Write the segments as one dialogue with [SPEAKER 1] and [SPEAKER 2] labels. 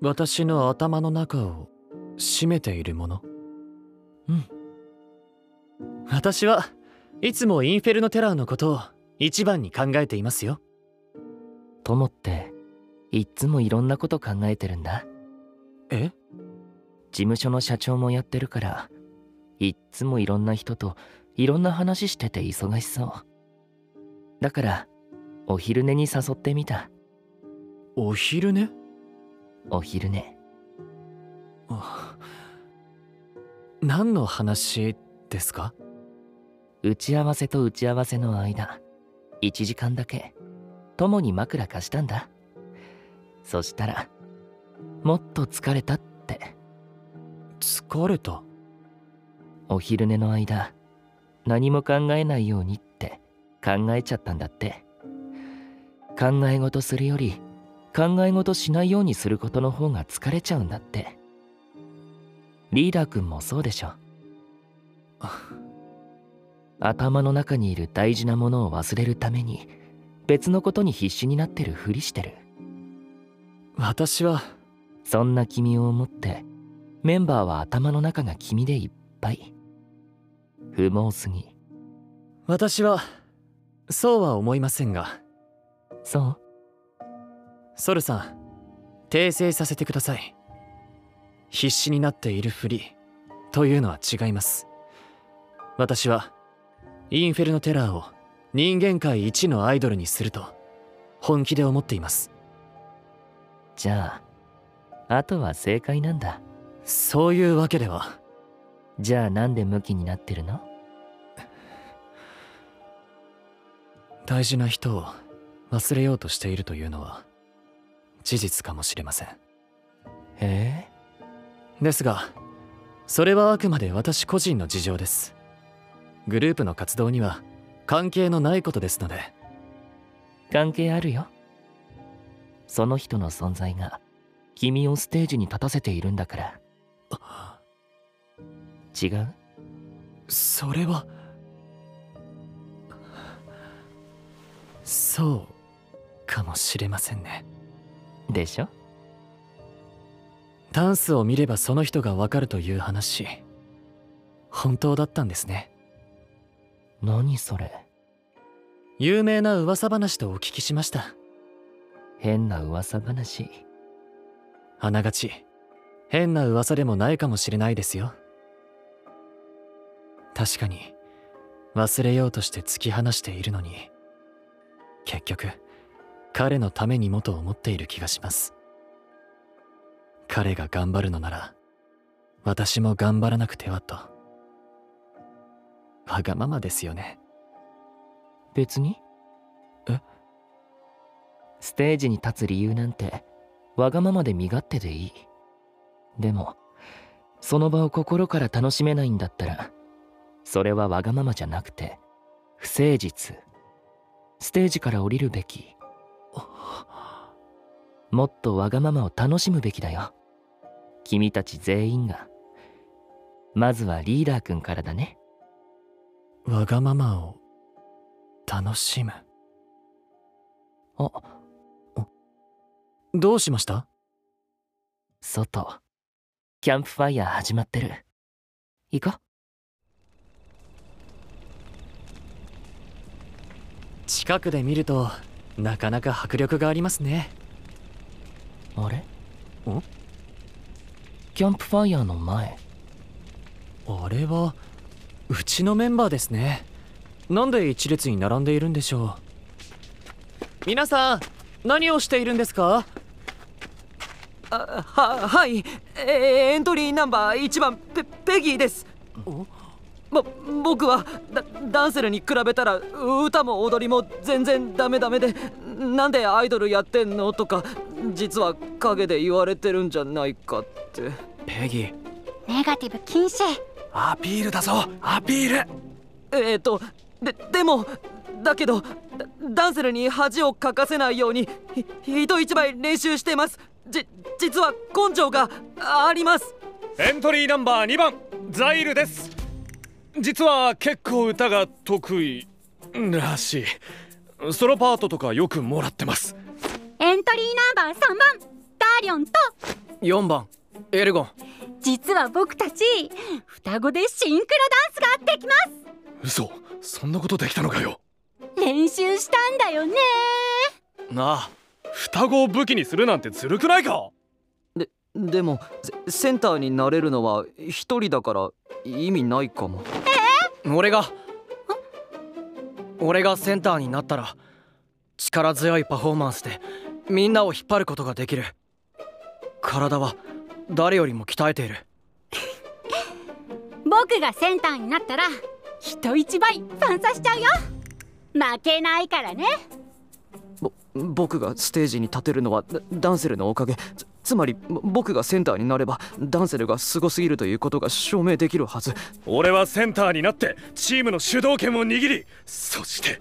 [SPEAKER 1] 私の頭の中を占めているものうん私はいつもインフェルノテラーのことを一番に考えていますよ
[SPEAKER 2] 友っていっつもいろんなこと考えてるんだ
[SPEAKER 1] え
[SPEAKER 2] 事務所の社長もやってるからいっつもいろんな人といろんな話してて忙しそうだからお昼寝に誘ってみた
[SPEAKER 1] お昼寝
[SPEAKER 2] お昼寝
[SPEAKER 1] あ何の話ですか
[SPEAKER 2] 打ち合わせと打ち合わせの間1時間だけ友に枕貸したんだそしたらもっと疲れたって
[SPEAKER 1] 疲れた
[SPEAKER 2] お昼寝の間何も考えないようにって考えちゃったんだって考え事するより考え事しないようにすることの方が疲れちゃうんだってリーダー君もそうでしょ 頭の中にいる大事なものを忘れるために別のことに必死になってるふりしてる
[SPEAKER 1] 私は
[SPEAKER 2] そんな君を思ってメンバーは頭の中が君でいっぱい不毛すぎ
[SPEAKER 1] 私はそうは思いませんが
[SPEAKER 2] そう
[SPEAKER 1] ソルさん訂正させてください必死になっているふりというのは違います私はインフェルノテラーを人間界一のアイドルにすると本気で思っています
[SPEAKER 2] じゃああとは正解なんだ
[SPEAKER 1] そういうわけでは
[SPEAKER 2] じゃあなんでムキになってるの
[SPEAKER 1] 大事な人を忘れようとしているというのは事実かもしれません
[SPEAKER 2] え
[SPEAKER 1] ですがそれはあくまで私個人の事情ですグループの活動には関係のないことですので
[SPEAKER 2] 関係あるよその人の存在が君をステージに立たせているんだから違う
[SPEAKER 1] それはそうかもしれませんね
[SPEAKER 2] でしょ
[SPEAKER 1] ダンスを見ればその人がわかるという話本当だったんですね
[SPEAKER 2] 何それ
[SPEAKER 1] 有名な噂話とお聞きしました
[SPEAKER 2] 変な噂話
[SPEAKER 1] あながち変な噂でもないかもしれないですよ確かに忘れようとして突き放しているのに結局彼のためにもと思っている気がします彼が頑張るのなら私も頑張らなくてはとわがままですよね
[SPEAKER 2] 別に
[SPEAKER 1] え
[SPEAKER 2] ステージに立つ理由なんてわがままで身勝手でいいでもその場を心から楽しめないんだったらそれはわがままじゃなくて不誠実ステージから降りるべきもっとわがままを楽しむべきだよ君たち全員がまずはリーダー君からだね
[SPEAKER 1] わがままを楽しむああどうしました
[SPEAKER 2] 外キャンプファイヤー始まってる行こ
[SPEAKER 1] 近くで見るとなかなか迫力がありますね
[SPEAKER 2] あれ
[SPEAKER 1] ん
[SPEAKER 2] キャンプファイヤーの前
[SPEAKER 1] あれはうちのメンバーですねなんで一列に並んでいるんでしょう皆さん何をしているんですか
[SPEAKER 3] あははいえーエントリーナンバー1番ペペギーです
[SPEAKER 1] お
[SPEAKER 3] ぼ僕はダダンセルに比べたら歌も踊りも全然ダメダメでなんでアイドルやってんのとか実は陰で言われてるんじゃないかって
[SPEAKER 1] ペギー
[SPEAKER 4] ネガティブ禁止
[SPEAKER 1] アピールだぞアピール
[SPEAKER 3] えっ、とででもだけどダダンセルに恥をかかせないようにひ人一倍練習してますじ実は根性があります
[SPEAKER 5] エントリーナンバー2番ザイルです実は結構歌が得意らしいソロパートとかよくもらってます
[SPEAKER 4] エントリーナンバー3番ダーリョンと
[SPEAKER 5] い
[SPEAKER 3] 4番エルゴン
[SPEAKER 4] 実は僕たち双子でシンクロダンスができま
[SPEAKER 5] 嘘そんなことできたのかよ
[SPEAKER 4] す練習したんだよね
[SPEAKER 5] なあ双子を武器にするなんてずるくないか
[SPEAKER 3] でもセセンターになれるのは一人だから意味ないかも俺が俺がセンターになったら力強いパフォーマンスでみんなを引っ張ることができる体は誰よりも鍛えている
[SPEAKER 4] 僕がセンターになったら人一倍ファンサしちゃうよ負けないからね
[SPEAKER 3] 僕がステージに立てるのはダダンセルのおかげつつまりぼ僕がセンターになればダンセルがすごすぎるということが証明できるはず
[SPEAKER 5] 俺はセンターになってチームの主導権を握りそして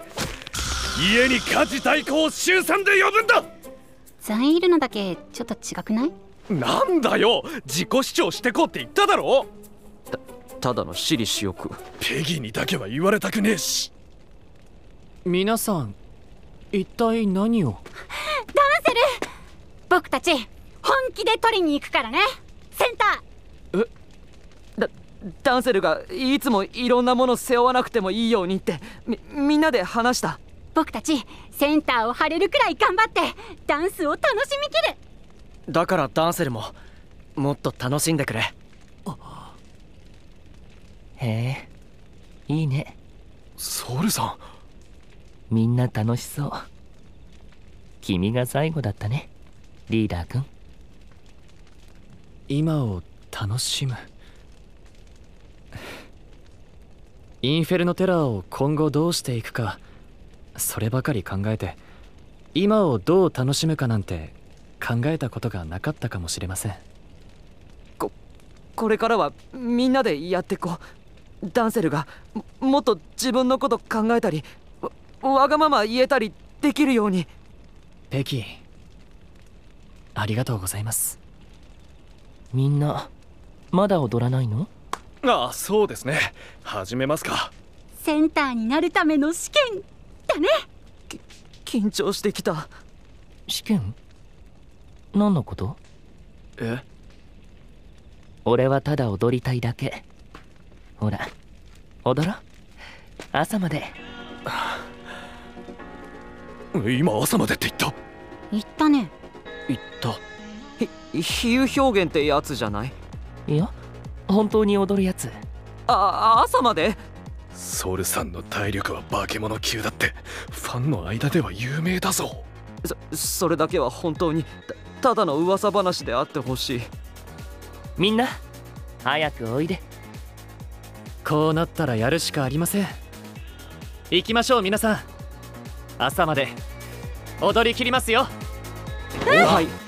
[SPEAKER 5] 家に家事代行を週3で呼ぶんだ
[SPEAKER 4] ザイールのだけちょっと違くない
[SPEAKER 5] なんだよ自己主張してこうって言っただろ
[SPEAKER 3] ただの私利私欲
[SPEAKER 5] ペギーにだけは言われたくねえし
[SPEAKER 1] 皆さん一体何を
[SPEAKER 4] 僕たち本気で取りに行くからねセンター
[SPEAKER 3] ダンセルがいつもいろんなもの背負わなくてもいいようにってみみんなで話した
[SPEAKER 4] 僕たちセンターを張れるくらい頑張ってダンスを楽しみきる
[SPEAKER 3] だからダンセルももっと楽しんでくれ
[SPEAKER 2] へえいいね
[SPEAKER 5] ソウルさ
[SPEAKER 2] みんな楽しそう君が最後だったねリーダーくん
[SPEAKER 1] 今を楽しむインフェルノテラーを今後どうしていくかそればかり考えて今をどう楽しむかなんて考えたことがなかったかもしれません
[SPEAKER 3] これからはみんなでやってこうダンセルがももっと自分のこと考えたりわわがまま言えたりできるように
[SPEAKER 1] ペキーありがとうございます
[SPEAKER 2] みんなまだ踊らないの
[SPEAKER 5] んああそうですね始めますか
[SPEAKER 4] センターになるための試験だね
[SPEAKER 3] 緊張してきた
[SPEAKER 2] 試験何のこと
[SPEAKER 5] え
[SPEAKER 2] 俺はただ踊りたいだけほら踊ろう朝まで
[SPEAKER 5] 今朝までって言った
[SPEAKER 4] 言ったね
[SPEAKER 3] 言ったひ比喩表現ってやつじゃない
[SPEAKER 2] いや本当に踊るやつ
[SPEAKER 3] あ朝まで
[SPEAKER 5] ソウルさんの体力は化け物級だってファンの間では有名だぞ
[SPEAKER 3] そそれだけは本当にたただの噂話であってほしい
[SPEAKER 2] みんな早くおいで
[SPEAKER 1] こうなったらやるしかありません行きましょう皆さん朝まで踊り切りますよ
[SPEAKER 3] はい